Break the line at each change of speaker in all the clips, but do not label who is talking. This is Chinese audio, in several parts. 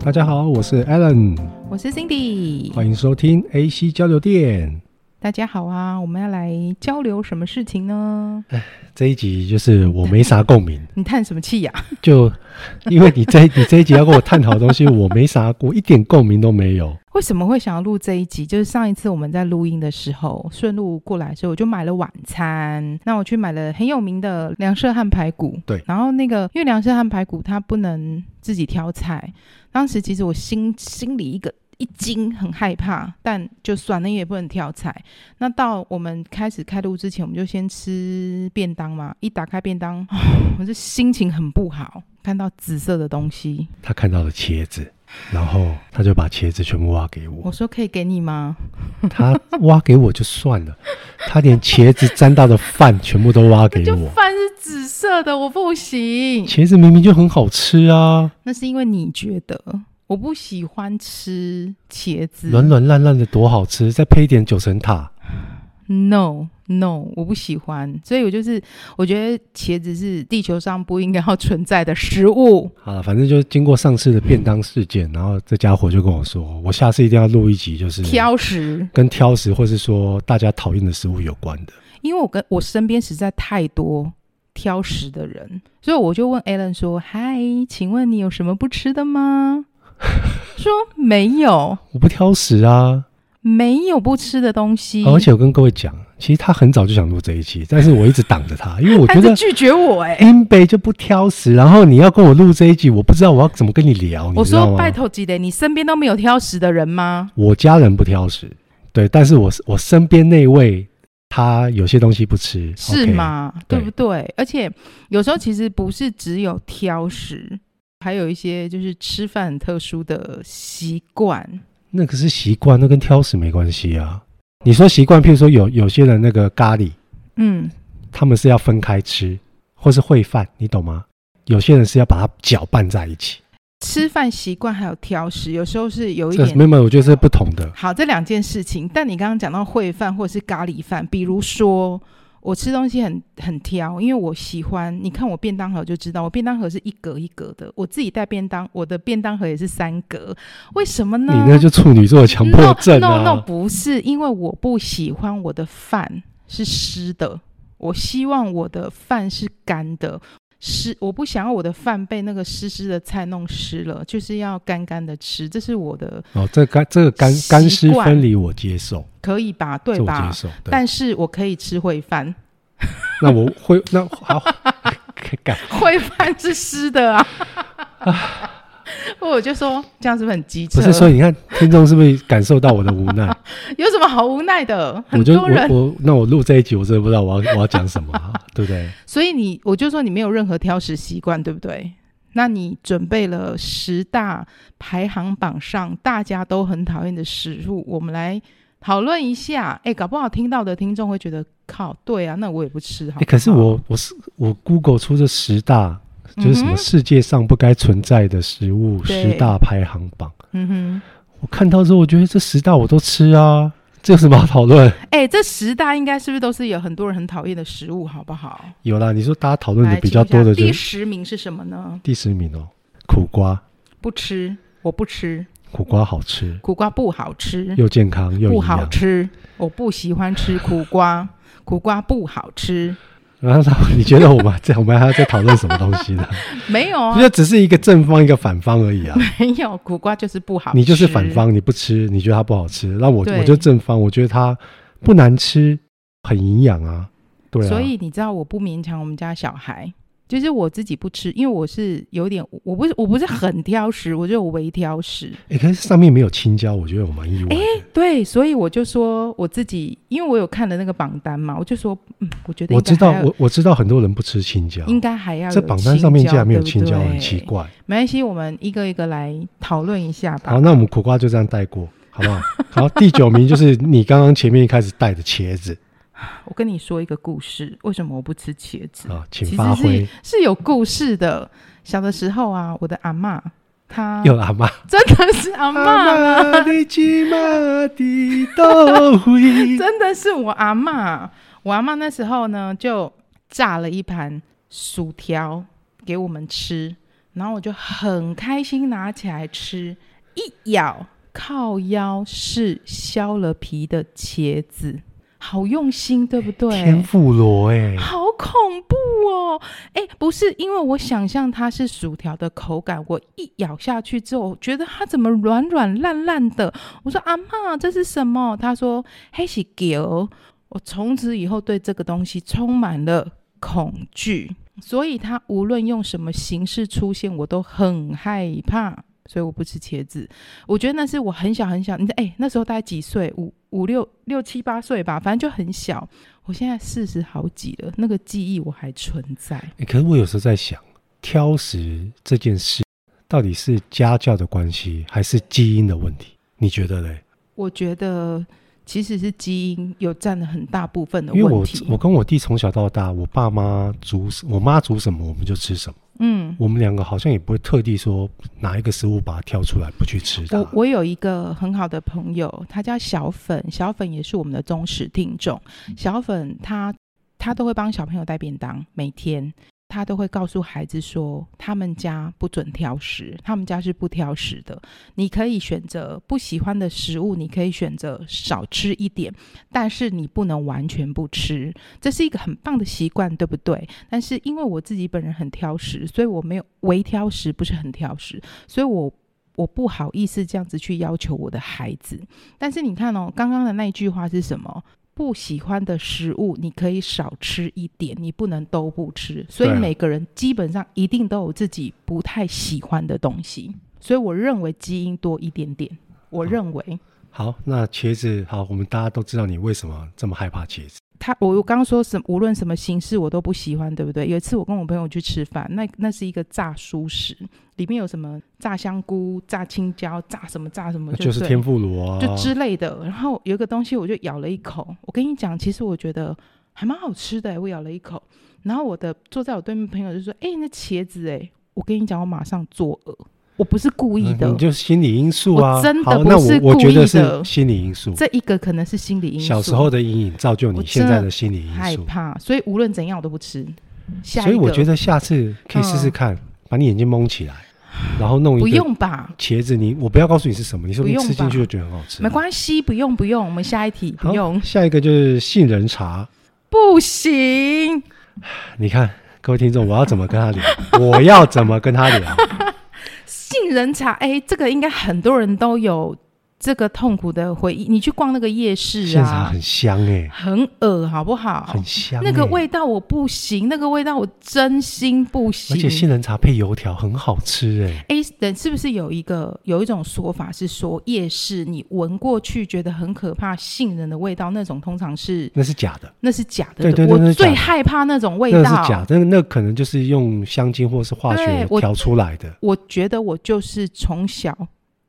大家好，我是 Alan，
我是 Cindy，
欢迎收听 AC 交流电。
大家好啊！我们要来交流什么事情呢？
这一集就是我没啥共鸣，
你叹什么气呀、
就因为你这你这一集要跟我探讨的东西，我没啥，我一点共鸣都没有。
为什么会想要录这一集？就是上一次我们在录音的时候，顺路过来的时候，我就买了晚餐。那我去买了很有名的梁舍汉排骨，
对
然后那个因为梁舍汉排骨它不能自己挑菜，当时其实我心心里一个一惊，很害怕，但就算了，因为也不能挑菜。那到我们开始开录之前，我们就先吃便当嘛。一打开便当， 我这心情很不好，看到紫色的东西，
他看到了茄子，然后他就把茄子全部挖给
我
我。
说可以给你吗？
他挖给我就算了，他连茄子沾到的饭全部都挖给
就
我。
饭是紫色的，我不行。
茄子明明就很好吃啊，
那是因为你觉得我不喜欢吃茄子。
软软烂烂的多好吃，再配一点九层塔。
No No，我不喜欢。所以我就是我觉得茄子是地球上不应该要存在的食物。
好了，反正就是经过上次的便当事件，然后这家伙就跟我说，我下次一定要录一集，就是
挑食，
跟挑食或是说大家讨厌的食物有关的。
因为我跟我身边实在太多挑食的人，所以我就问 Alan 说：“嗨，请问你有什么不吃的吗？” 说没有，
我不挑食啊，
没有不吃的东西，
而且我跟各位讲，其实他很早就想录这一期，但是我一直挡着 他，因为我
他
觉
一直
得嗯
拒绝我哎、
英北就不挑食，然后你要跟我录这一集，我不知道我要怎么跟你聊，你
我
知道
说
吗
拜？托吉雷，你身边都没有挑食的人吗？
我家人不挑食，对，但是我我身边那位他有些东西不吃，
是
OK？
吗
对
对不对？而且有时候其实不是只有挑食，还有一些就是吃饭很特殊的习惯。
那个是习惯，那跟挑食没关系啊。你说习惯，譬如说有有些人那个咖喱，
嗯，
他们是要分开吃，或是烩饭，你懂吗？有些人是要把它搅拌在一起，
吃饭习惯还有挑食，有时候是有一
这没
点。
有没有，我觉得是不同的。
好，这两件事情。但你刚刚讲到烩饭或者是咖喱饭，比如说我吃东西很很挑，因为我喜欢。你看我便当盒就知道，我便当盒是一格一格的。我自己带便当，我的便当盒也是三格。为什么呢？
你那就处女座强迫症
No, no, no，
啊！
不是，因为我不喜欢我的饭是湿的，我希望我的饭是干的。湿，我不想要我的饭被那个湿湿的菜弄湿了，就是要干干的吃，这是我的
哦，这干这个干
习惯
干湿分离我接受，
可以吧？对
这我接
吧？
受。对，
但是我可以吃烩饭，
那我会那好， 干
烩饭是湿 的啊。我就说 这样是不是很机车？
不是，所以你看听众是不是感受到我的无 奈？
有什么好无奈的？
我
很
就
多
我
人，
我那我录这一集，我真的不知道我要我要讲什么、 啊，对不对？
所以你我就说你没有任何挑食习惯，对不对？那你准备了十大排行榜上大家都很讨厌的食物，我们来讨论一下。哎，搞不好听到的听众会觉得，靠，对啊，那我也不吃好
欸、可是我我是我 Google 出这十大，就是什
嗯
么
哼
世界上不该存在的食物
对
十大排行榜，
嗯
我看到之后，我觉得这十大我都吃啊，这有什么好讨论？
哼，哎，这十大应该是不是都是有很多人很讨厌的食物，好不好？
有啦，你说大家讨论的
来，
比较
请
多
问
的
一下
就
第
是
十名是什么呢？
第十名哦，苦瓜，
不吃，我不吃，
苦瓜好吃，
苦瓜不好吃，
又健康又营
嗯不好
养。
吃，我不喜欢吃苦瓜，苦瓜不好吃。
然后他你觉得我们这我们还要再讨论什么东西 呢？
没有 啊
不，就只是一个正方一个反方而已啊。
没有苦瓜就是不好吃，
你就是反方，你不吃，你觉得它不好吃，那我
对
我就正方，我觉得它不难吃，很营养啊，对啊。
所以你知道我不勉强我们家小孩，就是我自己不吃，因为我是有点，我不是我不是很挑食，我就微挑食，
诶，可是上面没有青椒，我觉得我蛮意外的。
对，所以我就说我自己，因为我有看了那个榜单嘛，我就说，嗯，我觉得
我
应该
知道
还，要
我我知道很多人不吃青椒，
应该还要
这
有
榜单上面竟然没有
对不
青椒，
对
很奇。怪。
没关系，我们一个一个来讨论一下吧。
好，那我们苦瓜就这样带过，好 不好？好，第九名就是你刚刚前面一开始带的茄子
我跟你说一个故事，为什么我不吃茄子？
啊，请
其
发
实
挥
是。是有故事的。小的时候啊，我的阿嬷她
又阿妈，
真的是阿嬷，
妈的吉玛的豆会，
真的是我阿嬷。我阿嬷那时候呢，就炸了一盘薯条给我们吃，然后我就很开心拿起来吃，一咬靠腰是削了皮的茄子，好用心，对不 对？
天妇罗哎，
好恐怖哦！哎，不是，因为我想象它是薯条的口感，我一咬下去之后，我觉得它怎么软软烂烂的？我说阿啊妈，这是什么？他说黑是狗。我从此以后对这个东西充满了恐惧，所以它无论用什么形式出现，我都很害怕。所以我不吃茄子，我觉得那是我很小很小，你知哎、那时候大概几岁？五五六六七八岁吧，反正就很小。我现在四十好几了，那个记忆我还存在。
欸可是我有时候在想，挑食这件事到底是家教的关系，还是基因的问题？你觉得嘞？
我觉得其实是基因有占了很大部分的
因为
问
我
题。
我跟我弟从小到大，我爸妈煮什我妈煮什么，我们就吃什么。
嗯，
我们两个好像也不会特地说哪一个食物把它挑出来不去吃它
我。我有一个很好的朋友，他叫小粉，小粉也是我们的忠实听众。小粉他他都会帮小朋友带便当，每天他都会告诉孩子说，他们家不准挑食，他们家是不挑食的。你可以选择不喜欢的食物，你可以选择少吃一点，但是你不能完全不吃。这是一个很棒的习惯，对不对？但是因为我自己本人很挑食，所以我没有微挑食，不是很挑食，所以我我不好意思这样子去要求我的孩子。但是你看哦，刚刚的那一句话是什么？不喜欢的食物，你可以少吃一点，你不能都不吃。所以
对啊
每个人基本上一定都有自己不太喜欢的东西。所以我认为基因多一点点，我认为。
好，那茄子，好，我们大家都知道你为什么这么害怕茄子。
他我我刚刚说什么无论什么形式我都不喜欢，对不对？有一次我跟我朋友去吃饭，那那是一个炸蔬食，里面有什么炸香菇、炸青椒、炸什么炸什么，
那就是
对
天妇罗啊，
就之类的。然后有一个东西我就咬了一口，我跟你讲，其实我觉得还蛮好吃的，我咬了一口。然后我的坐在我对面的朋友就说：“哎、那茄子哎！”我跟你讲，我马上作恶，我不是故意的。
嗯你就是心理因素啊。
我真的
好，
不
那
是
我我
故
觉
意
得是
的
心理因素。
这一个可能是心理因素。
小时候的阴影造就你
我
现
真
在
的
的心理因
害
素，
怕，所以无论怎样我都不吃。下一
所以我
个
觉得下次可以试试看，把你眼睛蒙起来，然后弄
嗯不
一个
用吧，
茄子，你我不要告诉你是什么，你说不定
不用
吃进去
吧
就觉得很好吃。
没关系，不用不用，我们下一题
好
不用，
下一个就是杏仁茶，
不行，
你看各位听众，我要怎么跟他 聊？我要怎么跟他聊？
杏仁茶，哎，这个应该很多人都有这个痛苦的回忆。你去逛那个夜市
杏仁茶
啊，
很香哎、
很恶好不好
很？香、
那个
欸，
味道我不行，那个味道我真心不
而且
行。
杏仁茶配油条很好吃哎、
哎，人是不是有一个有一种说法是说夜市你闻过去觉得很可怕，杏仁的味道那种通常是
那是假的，
那是假的。
对对对那
我
是假
最
的
害怕那种味
那
道。
个是假的，那那可能就是用香精或是化学
对我
调出来的。
我觉得我就是从小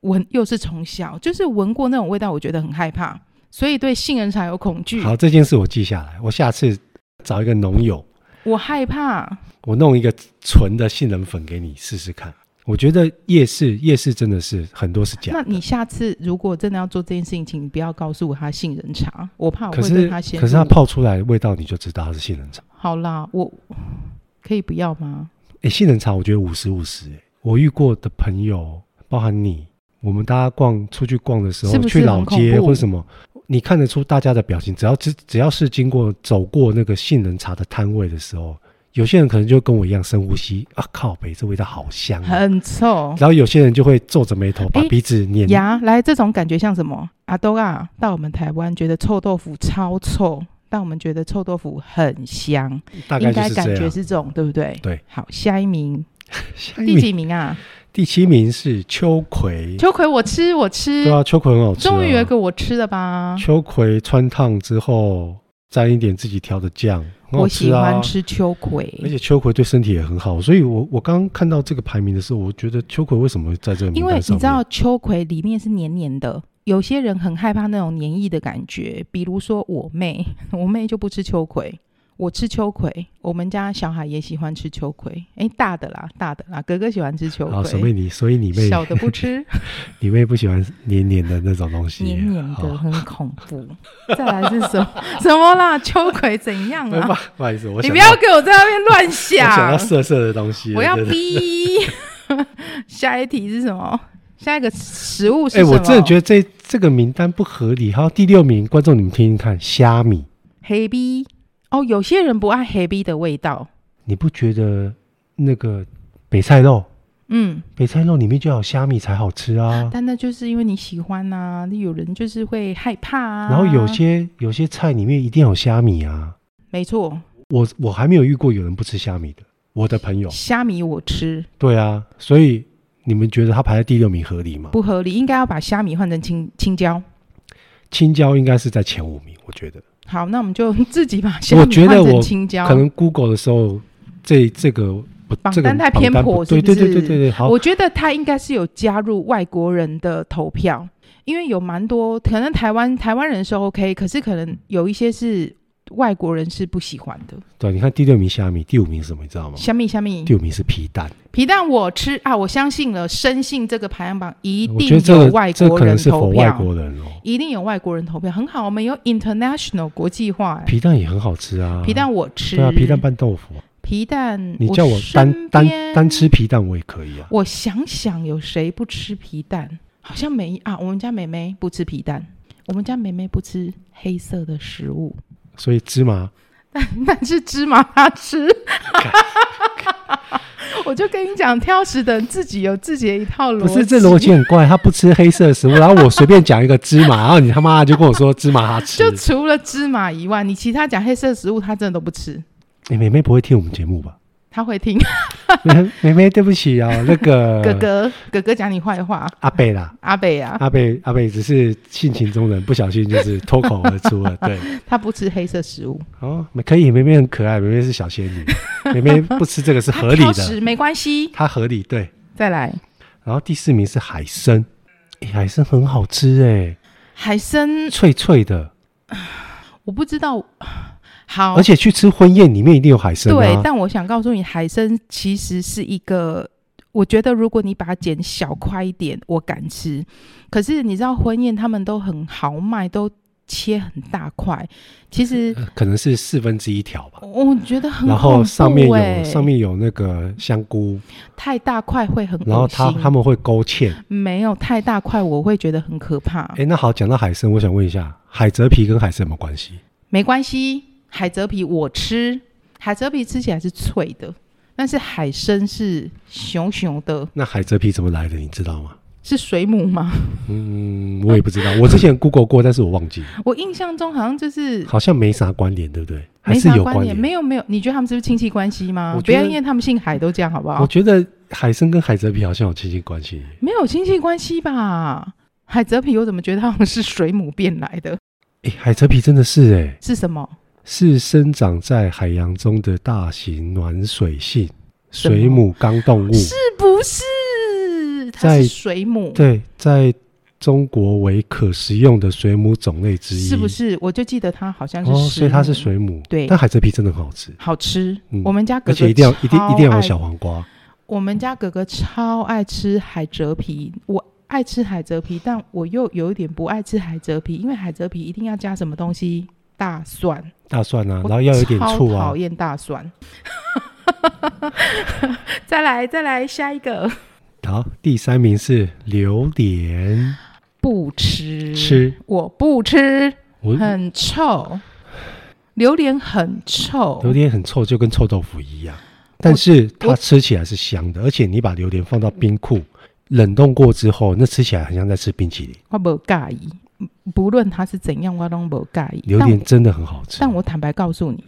闻，又是从小就是闻过那种味道，我觉得很害怕，所以对杏仁茶有恐惧。
好，这件事我记下来，我下次找一个农友，
我害怕，
我弄一个纯的杏仁粉给你试试看。我觉得夜市夜市真的是很多是假
那
的，
你下次如果真的要做这件事情，请你不要告诉我它杏仁茶，我怕我
可
会
是
对它先入。
可是它泡出来的味道你就知道它是杏仁茶。
好啦，我可以不要吗？
诶，杏仁茶我觉得五十五十，诶我遇过的朋友，包含你，我们大家逛出去逛的时候，
是不是
去老
很
街
恐怖
或什么，你看得出大家的表情，只要只只要是经过走过那个杏仁茶的摊位的时候，有些人可能就跟我一样深呼吸啊，靠北，这味道好香、啊。
很臭，
然后有些人就会皱着眉头，把
诶
鼻子捻
牙来这种感觉像什么？阿豆啊，到我们台湾觉得臭豆腐超臭，但我们觉得臭豆腐很香，
大概
应
就
该
是
感
这
觉
样。
是这种，对不对？
对。
好，下一名
下一
第
名
几名啊？
第七名是秋葵，
秋葵我吃，我吃，
对啊，秋葵很好吃、啊。
终于有一个我吃的吧。
秋葵穿烫之后，沾一点自己调的酱，很好
我
吃
喜
啊。
欢吃秋
而
葵，
且秋葵对身体也很好，所以我我刚刚看到这个排名的时候，我觉得秋葵为什么会在这个名
因为
单上
你知
面
道秋葵里面是黏黏的，有些人很害怕那种黏液的感觉，比如说我妹， 我妹就不吃秋葵。我吃秋葵，我们家小孩也喜欢吃秋葵。哎，大的啦，大的啦，哥哥喜欢吃秋
啊，
葵，
所以你所以你妹
小的 不吃，
你妹不喜欢黏黏的那种东西，啊
黏黏的
好
很恐怖。再来是什么？ 什么啦？秋葵怎样
没办
啊？
哎法不好意思，我
你
想
不
到
要给我在那边乱
我
想，
想到色色的东西了，
我要
真的
逼， 下一题是什么？下一个食物是
哎、
什么？
我真的觉得这这个名单不合理。好，第六名，观众你们听听看，虾米，
黑 B 哦，有些人不爱黑 B 的味道。
你不觉得那个北菜肉，
嗯，
北菜肉里面就要有虾米才好吃啊？
但那就是因为你喜欢呐、那有人就是会害怕啊。
然后有些有些菜里面一定要有虾米啊。
没错，
我我还没有遇过有人不吃虾米的，我的朋友。
虾米我吃
对啊，所以你们觉得它排在第六名合理吗？
不合理，应该要把虾米换成青青椒。
青椒应该是在前五名，我觉得。
好，那我们就自己把虾
我
米
觉得
换成
我
青椒。
可能 Google 的时候，这这个不
榜
这个
单太偏
榜单不
颇
对
是不
对对
是
对对对，好，
我觉得他应该是有加入外国人的投票，因为有蛮多可能台湾台湾人是 OK，可是可能有一些是外国人是不喜欢的。
对，你看第六名虾米，第五名是什么？你知道吗？
虾米虾米
第，五名是皮蛋，
皮蛋我吃啊，我相信了，深信这个排行榜一
我觉
定
得这
有
个
外
这
国
可能
人
是否
投
外
票，
国人哦。
一定有外国人投票，很好，我们有 international 国际化、哎
皮蛋也很好吃啊，
皮蛋我吃，
对啊，皮蛋拌豆腐，
皮蛋，
你叫我单
身
单
边
单吃皮蛋我也可以啊。
我想想，有谁不吃皮蛋？好像没啊，我们家妹妹不吃皮蛋，我们家妹妹不吃黑色的食物，
所以芝麻，
但是芝麻她吃。 我就跟你讲，挑食的人自己有自己的一套逻辑。
不是这逻辑很怪，他不吃黑色的 食物，然后我随便讲一个芝麻，然后你他妈就跟我说芝麻他吃
就。除了芝麻以外，你其他讲黑色食物，她真的都不吃。
你哎妹妹不会听我们节目吧？
她会听
妹妹妹，对不起啊，那个
哥哥，哥哥讲你坏话，
阿贝啦，
阿北啊，
阿贝阿贝只是性情中人，不小心就是脱口而出了。 对，
他不吃黑色食物，
哦，可以，妹妹很可爱，妹妹是小仙 女，妹妹不吃这个是合理
她挑
的，
食没关系。
她合理对。
再来，
然后第四名是海参，诶海参很好吃哎、
海参，
脆脆的，
我不知道。好，
而且去吃婚宴里面一定有海参
哦对，
啊。
但我想告诉你，海参其实是一个，我觉得如果你把它剪小块一点，我敢吃。可是你知道婚宴他们都很豪迈，都切很大块，其实
呃可能是四分之一条吧。
我觉得很
呃然
恐
后
怖
上面
欸
有上面有那个香菇，
太大块会很恶心，
然后他他们会勾芡。
没有太大块，我会觉得很可怕。
哎，那好，讲到海参，我想问一下，海蜇皮跟海参有没有关系？
没关系，海蜇皮我吃，海蜇皮吃起来是脆的，但是海参是熊熊的，
那海蜇皮怎么来的，你知道吗？
是水母吗？
嗯，我也不知道，我之前 Google 过，但是我忘记，了，
我印象中好像就是
好像没啥关联，对不对？还
没
是
啥
有
关
联。
没有没有，你觉得他们是不是亲戚关系吗
我？
不
觉得
要因为他们姓海都这样，好不
我
好？
觉得海参跟海蜇皮好像有亲戚关系。
没有亲戚关系吧？海蜇皮我怎么觉得它好像是水母变来的？
哎，海蜇皮真的是哎、
是什么？
是生长在海洋中的大型暖水性
么
水母纲动物，
是不是？它
在
是水母，
对，在中国为可食用的水母种类之一，
是不？是？我就记得它好像是
哦，
水母，
所以它是水母，
对
但海蜇皮真的很好吃，
好吃。
嗯
我们家哥
而
哥
且一定要一定
超
一定要有
爱
小黄瓜。
我们家哥哥超爱吃海蜇皮，我爱吃海蜇皮，但我又有一点不爱吃海蜇皮，因为海蜇皮一定要加什么东西，大蒜，
大蒜啊，
我
然后要有一点
超
醋啊
讨。厌大蒜。 再来，再来下一个，
好，第三名是榴莲，
不吃，
吃
我不吃，
我
很臭，榴莲很臭，
榴莲很臭，就跟臭豆腐一样，但是它吃起来是香的，而且你把榴莲放到冰库冷冻过之后，那吃起来很像在吃冰淇淋。
我不介意，不论它是怎样，我都不介意。
榴莲真的很好吃，
但我坦白告诉你，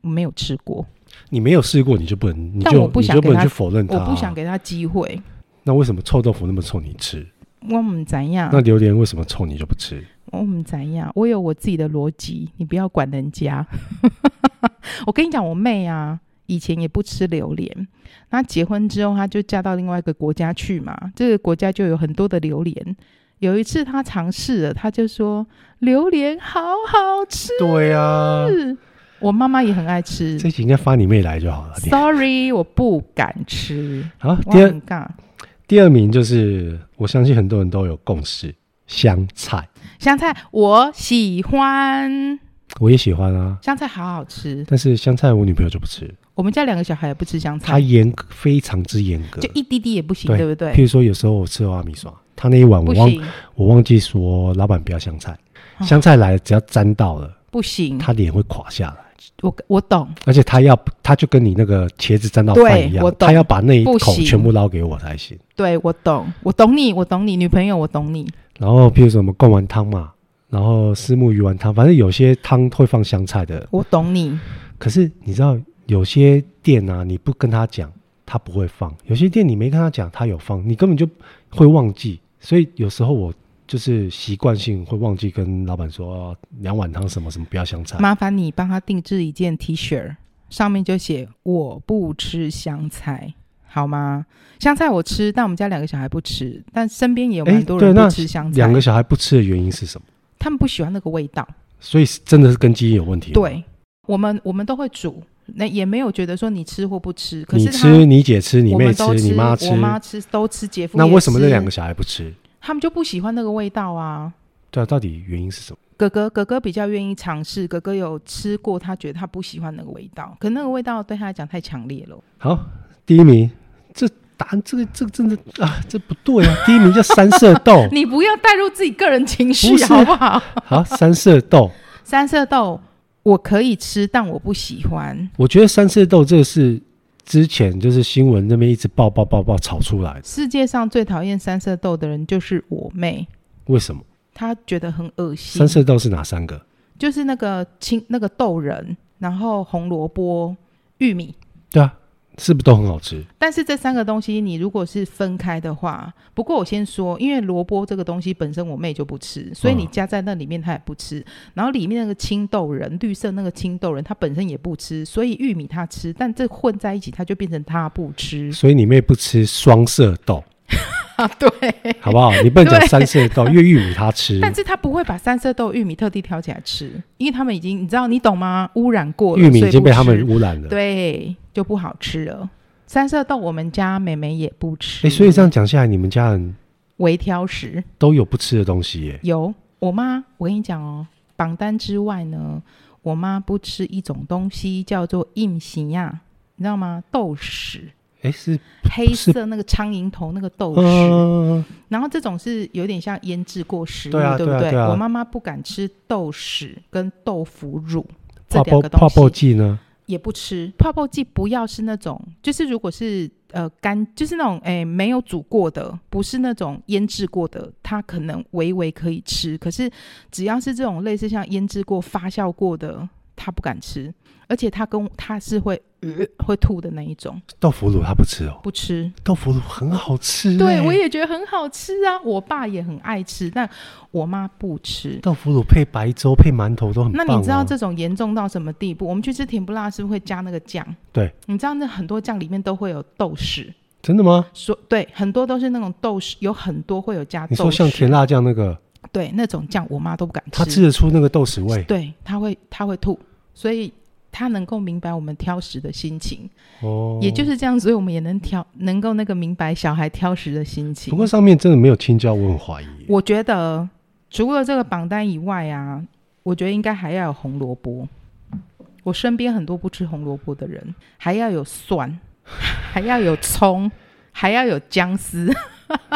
我没有吃过，你
你没有试过，你就不能，你
但
就
我不
你
想
就不
给
能
它
去否认它、
我不想。给他机会。
那为什么臭豆腐那么臭你吃？
我啊们怎样
那？榴莲为什么臭你就不吃？
我们哦嗯怎样？我有我自己的逻辑，你不要管人家。 我跟你讲，我妹啊，以前也不吃榴莲，那结婚之后，她就嫁到另外一个国家去嘛，这个国家就有很多的榴莲。有一次她尝试了，她就说榴莲好好吃。
对啊，
我妈妈也很爱吃
这集应该发你妹来就好了。
，sorry，我不敢吃，
好，
我
第二
很尬。
第二名就是我相信很多人都有共识，香菜
香菜我喜欢，
我也喜欢啊，
香菜好好吃。
但是香菜我女朋友就不吃。
我们家两个小孩也不吃香
他
菜，
严格非常之严格。
就一滴滴也不行，
对
对不对
譬？如说，有时候我吃欧阿米刷，他那一碗我
不
忘
行，
我忘记说，老板不要香菜，
哦
香菜来了只要沾到了，
不行，
他脸会垮下来，
我我懂，
而且他要他就跟你那个茄子沾到饭
对
一
我
样，
懂
他要把那一
不
口
行
全部捞给我才行。
对我懂，我懂你，我懂你，女朋友我懂你，
然后譬如说我们贡丸汤嘛，然后虱目鱼丸汤，反正有些汤会放香菜的，
我懂你，
可是你知道有些店啊，你不跟他讲，他不会放；有些店你没跟他讲，他有放，你根本就会忘记。所以有时候我就是习惯性会忘记跟老板说哦两碗汤什么什么不要香菜。
麻烦你帮他定制一件 T 恤，上面就写我不吃香菜。好吗？香菜我吃，但我们家两个小孩不吃，但身边也有
诶
蛮多
对
人不
那
吃香菜。
两个小孩不吃的原因是什么？
他们不喜欢那个味道。
所以是真的是跟基因有问题。，
对，我们我们都会煮，那也没有觉得说你吃或不吃。可
你
是他
吃，你姐吃，你
我
妹
们都
吃，你妈吃
我，妈吃，都吃，姐夫
那
也
为什么那
吃
两个小孩不吃？
他们就不喜欢那个味道啊？
对啊，到底原因是什么？
哥哥哥哥比较愿意尝试，哥哥有吃过，他觉得他不喜欢那个味道，可那个味道对他来讲太强烈了。
好，第一名，这答案这个这个真的啊，这不对啊！第一名叫三色豆
，你不要带入自己个人情绪
不是
好不好？
好，三色豆，
三色豆我可以吃，但我不喜欢。
我觉得三色豆这个是之前就是新闻那边一直爆爆爆爆炒出来的，
世界上最讨厌三色豆的人就是我妹，
为什么？
她觉得很恶心。
三色豆是哪三个？
就是那个青那个豆仁，然后红萝卜、玉米。
对啊，是不是都很好吃？
但是这三个东西，你如果是分开的话，不过我先说，因为萝卜这个东西本身我妹就不吃，所以你加在那里面她也不吃。然后里面那个青豆仁，绿色那个青豆仁，她本身也不吃，所以玉米她吃，但这混在一起，她就变成她不吃。
所以你妹不吃双色豆，
啊， 对。
好不好？你不能讲
对
三色 豆，因为玉米她吃，
但是她不会把三色豆、玉米特地挑起来吃，因为他们已经你知道你懂吗？污染过了，
玉米已
所以
经被
不
他
吃
们污染了。
对，就不好吃了。三色豆我们家妹妹也不吃，
哎、所以这样讲下来，你们家人
微挑食。
都有不吃的东西耶。
有我妈，我跟你讲哦，榜单之外呢，我妈不吃一种东西叫做硬形呀，你知道吗？豆豉，
哎、是，
黑色那个苍蝇头那个豆豉，
嗯、
然后这种是有点像腌制过食物，
对啊
不
对啊
对？
对啊
我妈妈不敢吃豆豉跟豆腐乳这
泡
两
泡
个东
泡
西。
泡剂呢？
也不吃泡泡剂，不要是那种，就是如果是呃干，就是那种诶没有煮过的，不是那种腌制过的，它可能微微可以吃。可是只要是这种类似像腌制过、发酵过的，他不敢吃，而且他跟他是会、呃、会吐的那一种，
豆腐乳他不吃哦，
不吃。
豆腐乳很好吃、
对
哎
我也觉得很好吃啊，我爸也很爱吃，但我妈不吃。
豆腐乳配白粥、配馒头都很
那
棒、哦。
你知道这种严重到什么地步？我们去吃甜不辣是不是会加那个酱？
对，
你知道那很多酱里面都会有豆豉，
真的吗？
说对，很多都是那种豆豉，有很多会有加豆
你
豉。
说像甜辣酱那个，
对那种酱，我妈都不敢吃。
他吃得出那个豆豉味
对，她会她会吐，所以她能够明白我们挑食的心情，
哦。
也就是这样，所以我们也能挑能够那个明白小孩挑食的心情。
不过上面真的没有青椒，我很怀疑。
我觉得除了这个榜单以外啊，我觉得应该还要有红萝卜。我身边很多不吃红萝卜的人，还要有蒜，还要有葱，还要有姜丝。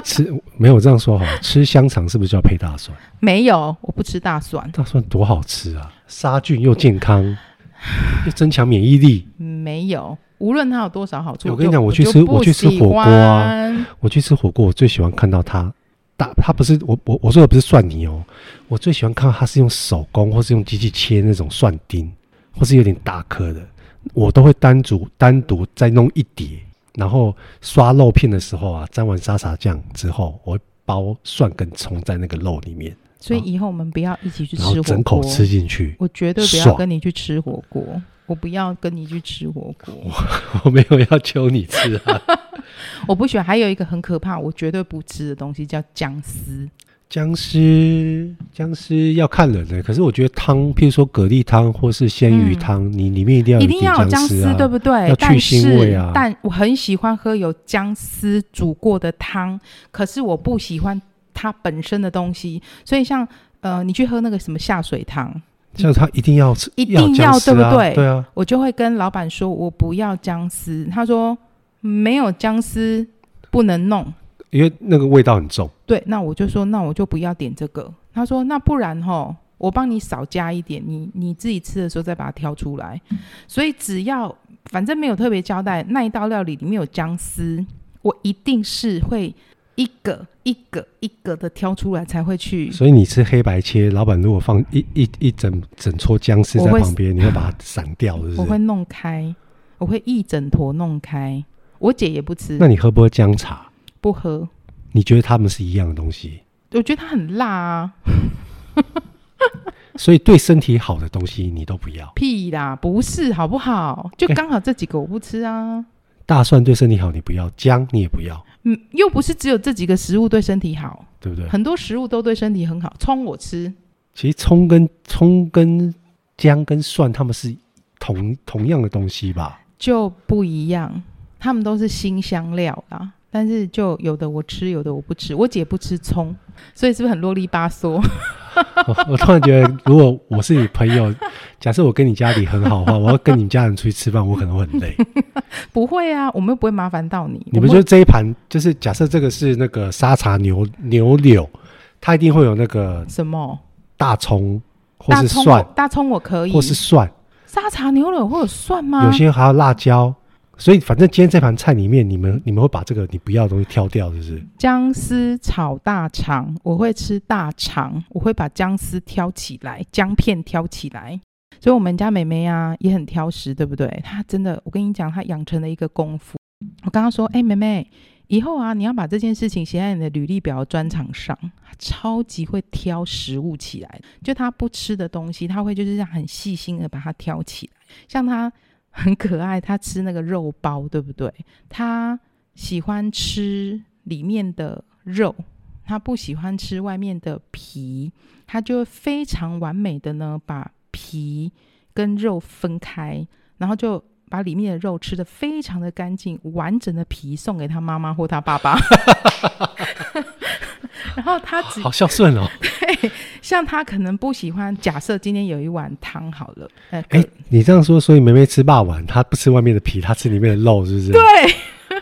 吃没有这样说好了，吃香肠是不是就要配大蒜？
没有，我不吃大蒜。
大蒜多好吃啊，杀菌又健康，又增强免疫力。
没有，无论它有多少好处，
我跟你讲
就
我去
就
吃
不
我去吃
喜
火锅啊
欢，
我去吃火锅，我最喜欢看到它打，它不是我我我说的不是蒜泥哦，我最喜欢看到它是用手工或是用机器切那种蒜丁，或是有点大颗的，我都会单独单独再弄一碟，然后刷肉片的时候啊，沾完沙茶酱之后，我会包蒜跟葱在那个肉里面，
所以以后我们不要一起去吃
啊然
火
后
锅，
整口吃进去。
我绝对不要
爽
跟你去吃火锅，我不要跟你去吃火锅，
我没有要求你吃啊，
我不喜欢。还有一个很可怕，我绝对不吃的东西叫姜丝，
僵尸僵尸要看人的、欸可是我觉得汤，譬如说蛤蜊汤或是鲜鱼
嗯
汤，你里面一定要
一
有
定要有
点
姜
僵
丝，
尸啊，
对不对
要？
但
去腥味
是，
啊
但我很喜欢喝有姜丝煮过的汤，可是我不喜欢它本身的东西，所以像呃，你去喝那个什么下水汤。
像他一定要吃，
一定要
僵尸啊
对不对
对啊，
我就会跟老板说我不要姜丝，他说没有姜丝不能弄。
因为那个味道很重。
对，那我就说那我就不要点这个。他说那不然吼，我帮你少加一点，你你自己吃的时候再把它挑出来。所以只要反正没有特别交代，那一道料理里面有姜丝，我一定是会一个一个一个的挑出来才会去。
所以你吃黑白切，老板如果放一一一整整撮僵尸在
我会
旁边，你会把它散掉，是
我
不
会
是？
弄开，我会一整坨弄开。我姐也不吃
那，你喝不喝姜茶？
不喝。
你觉得他们是一样的东西？
我觉得它很辣啊，
所以对身体好的东西你都不要。
屁啦，不是好不好？就
哎
刚好这几个我不吃 啊。
大蒜对身体好你不要，姜你也不要，
嗯，又不是只有这几个食物对身体好，
对不对？
很多食物都对身体很好。葱我吃，
其实葱跟葱跟姜跟蒜它们是同同样的东西吧？
就不一样，他们都是新香料啦。但是就有的我吃，有的我不吃。我姐不吃葱，所以是不是很啰里吧嗦？
我我突然觉得，如果我是你朋友， 假设我跟你家里很好的话，我要跟你们家人出去吃饭，我可能会很 累。
不会啊，我们又不会麻烦到你。
你们
我
就这一盘，就是假设这个是那个沙茶牛牛柳，它一定会有那个
什么
大葱或
大
是
葱
蒜，
我大葱我可以，啊
或是蒜，
沙茶牛柳会有蒜吗？
有些还有辣椒。所以反正今天这盘菜里面，你们你们会把这个你不要的东西挑掉，是不是？
姜丝炒大肠，我会吃大肠，我会把姜丝挑起来，姜片挑起来。所以我们家妹妹啊也很挑食，对不对？她真的，我跟你讲，她养成了一个功夫。我跟她说，哎、妹妹，以后啊你要把这件事情写在你的履历表专场上。她超级会挑食物起来，就她不吃的东西，她会就是这样很细心的把它挑起来。像她很可爱，她吃那个肉包，对不对？她喜欢吃里面的肉，他不喜欢吃外面的皮，他就会非常完美的呢把皮跟肉分开，然后就把里面的肉吃的非常的干净，完整的皮送给他妈妈或他爸爸。 然后他只
好孝顺哦。
像他可能不喜欢，假设今天有一碗汤好了，呃，
哎、你这样说，所以梅梅吃霸王，她不吃外面的皮，她吃里面的肉，是不是？
对，啊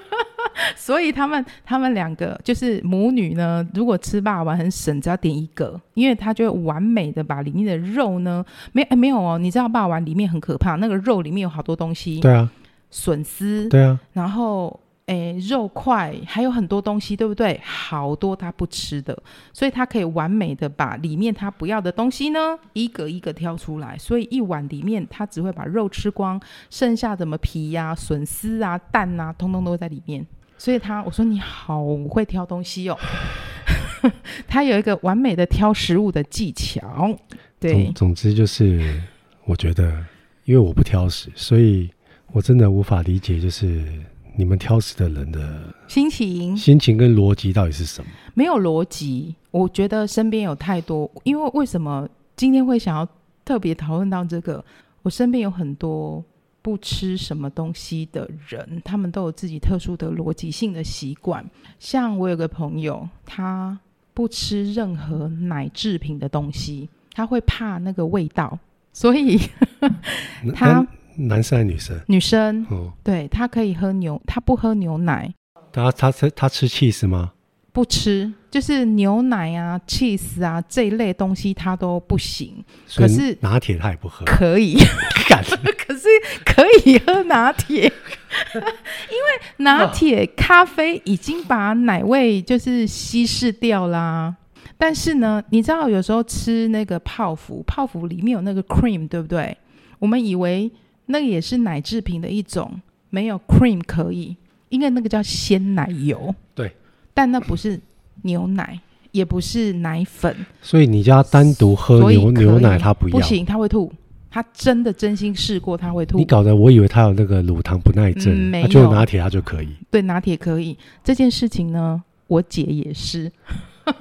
所以他们他们两个就是母女呢，如果吃霸王很省，只要点一个，因为它就会完美的把里面的肉呢，没哎没有哦，你知道霸王里面很可怕，那个肉里面有好多东西，
对啊，
笋丝，
对啊。
然后诶肉块，还有很多东西，对不对？好多他不吃的，所以他可以完美的把里面他不要的东西呢，一个一个挑出来。所以一碗里面他只会把肉吃光，剩下什么皮呀、笋丝啊、蛋啊，通通都会在里面。所以他，我说你好会挑东西哦， 他有一个完美的挑食物的技巧，对
总，总之就是，我觉得，因为我不挑食，所以我真的无法理解，就是你们挑食的人的
心情
心情跟逻辑到底是什么？
没有逻辑。我觉得身边有太多，因为为什么今天会想要特别讨论到这个？我身边有很多不吃什么东西的人，他们都有自己特殊的逻辑性的习惯。像我有个朋友，他不吃任何奶制品的东西，他会怕那个味道，所以
男
他
男生还是女生？
女生
哦，
对她可以喝牛，她不喝牛奶，
他他他他吃 cheese 吗？
不吃，就是牛奶啊、cheese 啊这一类东西，他都不行。
所以
可是
拿铁他也不喝，
可以，
干
可是可以喝拿铁，因 为拿铁、咖啡已经把奶味就是稀释掉啦。但是呢，你知道有时候吃那个泡芙，泡芙里面有那个 cream，对不对？我们以为那个也是奶制品的一种，没有 cream 可以，因为那个叫鲜奶油。
对，
但那不是牛奶，也不是奶粉，
所以你叫他单独喝
所以
牛
可以
牛奶，他不要。
不行，他会吐。他真的真心试过，他会吐
你。搞得我以为他有那个乳糖不耐症，
嗯没
他就
有
拿铁他就可以。
对拿铁可以这件事情呢，我姐也是，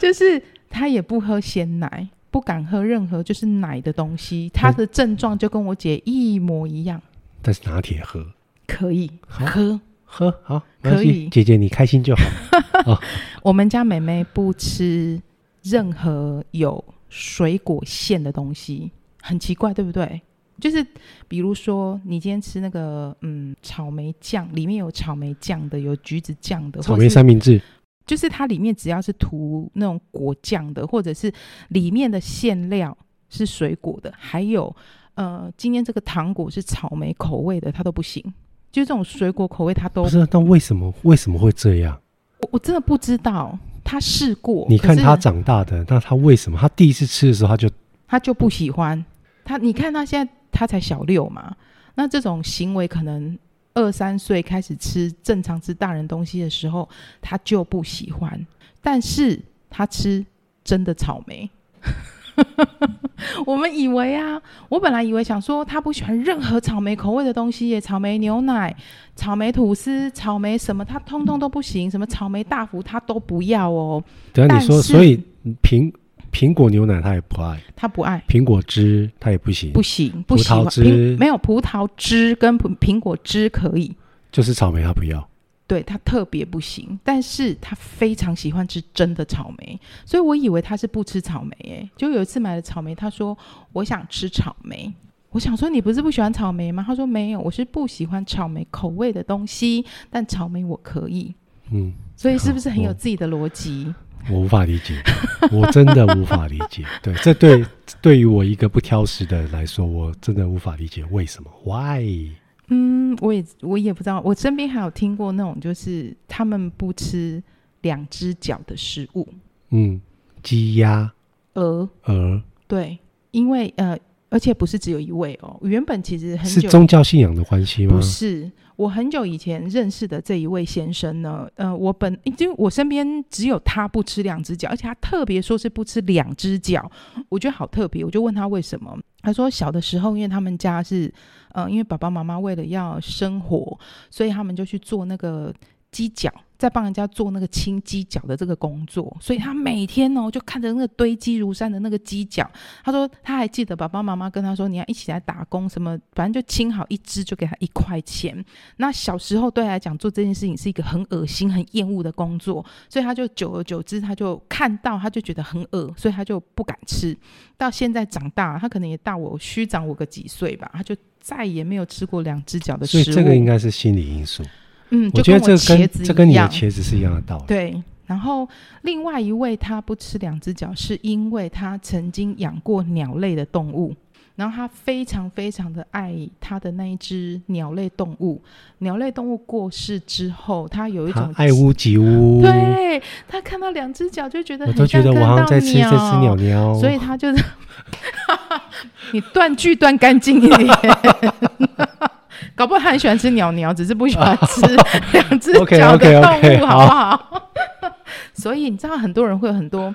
就是她也不喝鲜奶，不敢喝任何就是奶的东
嗯
西，她的症状就跟我姐一模一样，
但是拿铁喝
可以
好
喝。
喝好，没关
可
系
以，
姐姐你开心就好。
我们家妹妹不吃任何有水果馅的东西，很奇怪，对不对？就是比如说，你今天吃那个嗯草莓酱，里面有草莓酱的，有橘子酱的，
草
或
莓
者
三明治，
就是它里面只要是涂那种果酱的，或者是里面的馅料是水果的，还有呃，今天这个糖果是草莓口味的，它都不行。就是这种水果口味，它都
不是啊？那为什么为什么会这样？
我我真的不知道，他试过，
你看
可是
他长大的，那他为什么他第一次吃的时候他就
他就不喜欢他。你看他现在他才小六嘛，那这种行为可能二三岁开始吃正常吃大人东西的时候，他就不喜欢。但是他吃真的草莓， 我们以为啊，我本来以为想说他不喜欢任何草莓口味的东西耶，草莓牛奶、草莓吐司、草莓什么，他通通都不行，什么草莓大福他都不要哦，
等下
但
你说，
是
所以苹苹果牛奶他也不爱，
他不爱。
苹果汁他也不行，
不行，不
葡
喜欢
萄汁
苹没有葡萄汁跟葡苹果汁可以，
就是草莓他不要。
对他特别不行，但是他非常喜欢吃真的草莓，所以我以为他是不吃草莓诶、就有一次买了草莓，他说我想吃草莓，我想说你不是不喜欢草莓吗？他说没有，我是不喜欢草莓口味的东西，但草莓我可以，
嗯，
所以是不是很有
哦
自己的逻辑？
我无法理解， 我真的无法理解。对，这对对于我一个不挑食的人来说，我真的无法理解为什么，why？
嗯，我也我也不知道，我身边还有听过那种就是他们不吃两只脚的食物，
嗯，鸡鸭
鹅。
鹅
对，因为呃，而且不是只有一位哦，原本其实很
是
久
宗教信仰的关系吗
不？是。我很久以前认识的这一位先生呢，呃，我本因为我身边只有他不吃两只脚，而且他特别说是不吃两只脚，我觉得好特别。我就问他为什么，他说小的时候，因为他们家是，呃，因为爸爸妈妈为了要生活，所以他们就去做那个鸡脚，在帮人家做那个清鸡脚的这个工作，所以他每天哦就看着那个堆积如山的那个鸡脚，他说他还记得爸爸妈妈跟他说你要一起来打工什么，反正就清好一只就给他一块钱。那小时候对他来讲做这件事情是一个很恶心、很厌恶的工作，所以他就久而久之他就看到他就觉得很恶，所以他就不敢吃。到现在长大，他可能也大我虚长我个几岁吧，他就再也没有吃过两只脚的食
所
物。
以这个应该是心理因素。
嗯，
我
就
觉
跟
得这
茄
跟
子
这跟
一
你的
样
茄子是一样的道理。
对。然后另外一位他不吃两只脚，是因为他曾经养过鸟类的动物，然后他非常非常的爱他的那一只鸟类动物。鸟类动物过世之后，他有一
他
种
爱屋及乌，
对他看到两只脚就觉得
我
很
都觉
像
得我
看
好像
到
在吃这只鸟鸟。
所以他就是 你断句断干净一点。 搞不好他很喜欢吃鸟鸟，只是不喜欢 吃两只脚的
OK，OK，OK，
动物，好不好？ 所以你知道很多人会有很多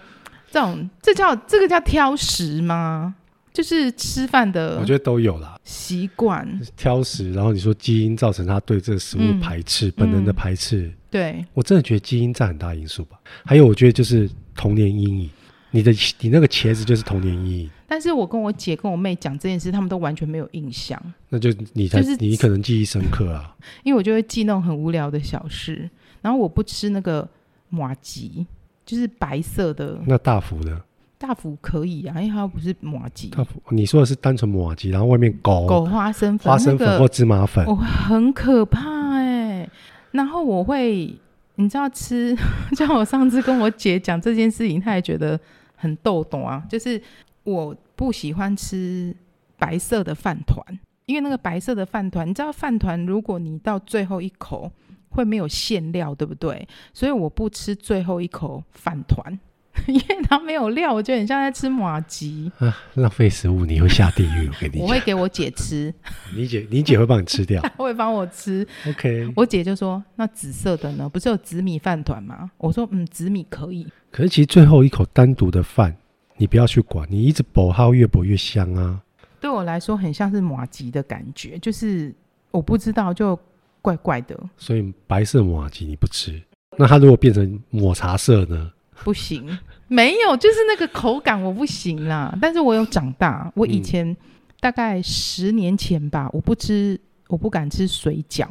这种，这叫这个叫挑食吗？就是吃饭的
我觉得都有啦。
习惯，
挑食，然后你说基因造成他对这个食物
嗯
排斥，本能的
嗯
排斥，
对，
我真的觉得基因占很大因素吧。还有，我觉得就是童年阴影，你的你那个茄子就是童年阴影，
但是我跟我姐跟我妹讲这件事，他们都完全没有印象，
那就你才、
就是
你可能记忆深刻啊。
因为我就会记那种很无聊的小事，然后我不吃那个马吉，就是白色的
那大福呢？
大福可以啊，因为它又不是麻吉，
大福，你说的是单纯抹鸡，然后外面狗
狗花生
哦
粉，
花生
那
粉
个
或芝麻粉，
哦、很可怕哎、然后我会，你知道吃， 像我上次跟我姐讲这件事情，她也觉得很逗懂啊，就是我不喜欢吃白色的饭团，因为那个白色的饭团，你知道饭团如果你到最后一口会没有馅料，对不对？所以我不吃最后一口饭团。 因为它没有料，我觉得很像在吃马吉。
啊，浪费食物你会下地狱，我跟你讲。
我会给我姐吃，
你姐你姐会帮你吃掉
她会帮我吃。
，OK。
我姐就说：“那紫色的呢？不是有紫米饭团吗？”我说：“嗯，紫米可以。
可是其实最后一口单独的饭，你不要去管，你一直剥，它会越剥越香啊。”
对我来说，很像是马吉的感觉，就是我不知道，就怪怪的，
所以白色抹吉你不吃，那它如果变成抹茶色呢？
不行。没有，就是那个口感我不行啦。但是我有长大，我以
嗯
前、大概十年前吧，我不吃，我不敢吃水 饺，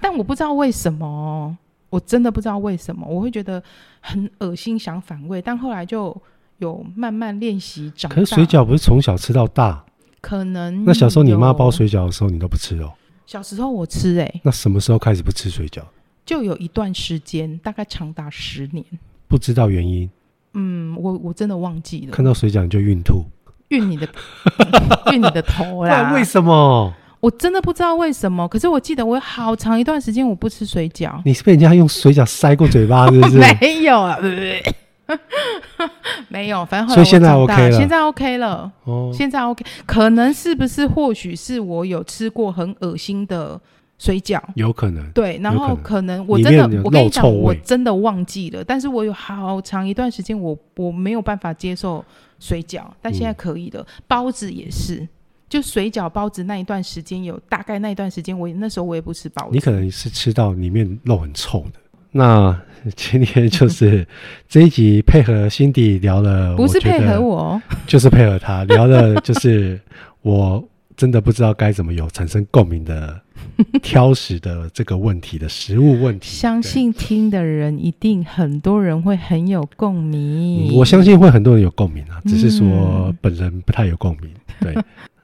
但我不知道为什么哦，我真的不知道为什么，我会觉得很恶心，想反胃，但后来就。有慢慢练习长大。嗯
可是水饺不是从小吃到大？
可能
那小时候你妈包
有，
水饺的时候，你都不吃哦？
小时候我吃哎、
那什么时候开始不吃水饺？
就有一段时间，大概长达十年。
不知道原因，
嗯，我我真的忘记了
看，到水饺你就孕吐，
运 你的运你的头
不
啦
然！为什么？
我真的不知道为什么，可是我记得我有好长一段时间我不吃水饺，
你是被人家用水饺塞过嘴巴，啊是不是？
没有啊，没有，反正后来
所以现在
我长大
OK 了
现在 OK 了，
哦，
现在 OK，可能是不是？或许是我有吃过很恶心的水饺，
有可能。
对，然
有可
后
能
可能我
里
真
面
的，
有
我跟你
肉
讲
臭，
我
味
真的忘记了，但是我有好长一段时间我我没有办法接受水饺，但现在
嗯
可以了，包子也是。就水饺、包子那一段时间有，大概那一段时间，我也那时候我也不吃包子。
你可能是吃到里面肉很臭的。那 今天就是 这一集配合 Cindy 聊了，
不是
觉
配
得
合，我哦，
就是配合他聊了，就是我真的不知道该怎么有产生共鸣 的挑食的这个问题的食物问题。
相信听的人一定很多人会很有共鸣。
嗯我相信会很多人有共鸣啊，只是说
嗯
本人不太有共 鸣。对，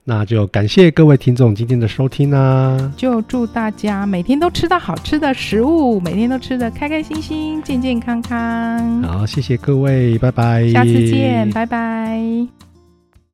那就感谢各位听众今天的收听啊啦、
就祝大家每天都吃到好吃的食物，每天都吃的开开心心、健健康康。
好，谢谢各位，拜拜，
下次见，拜拜。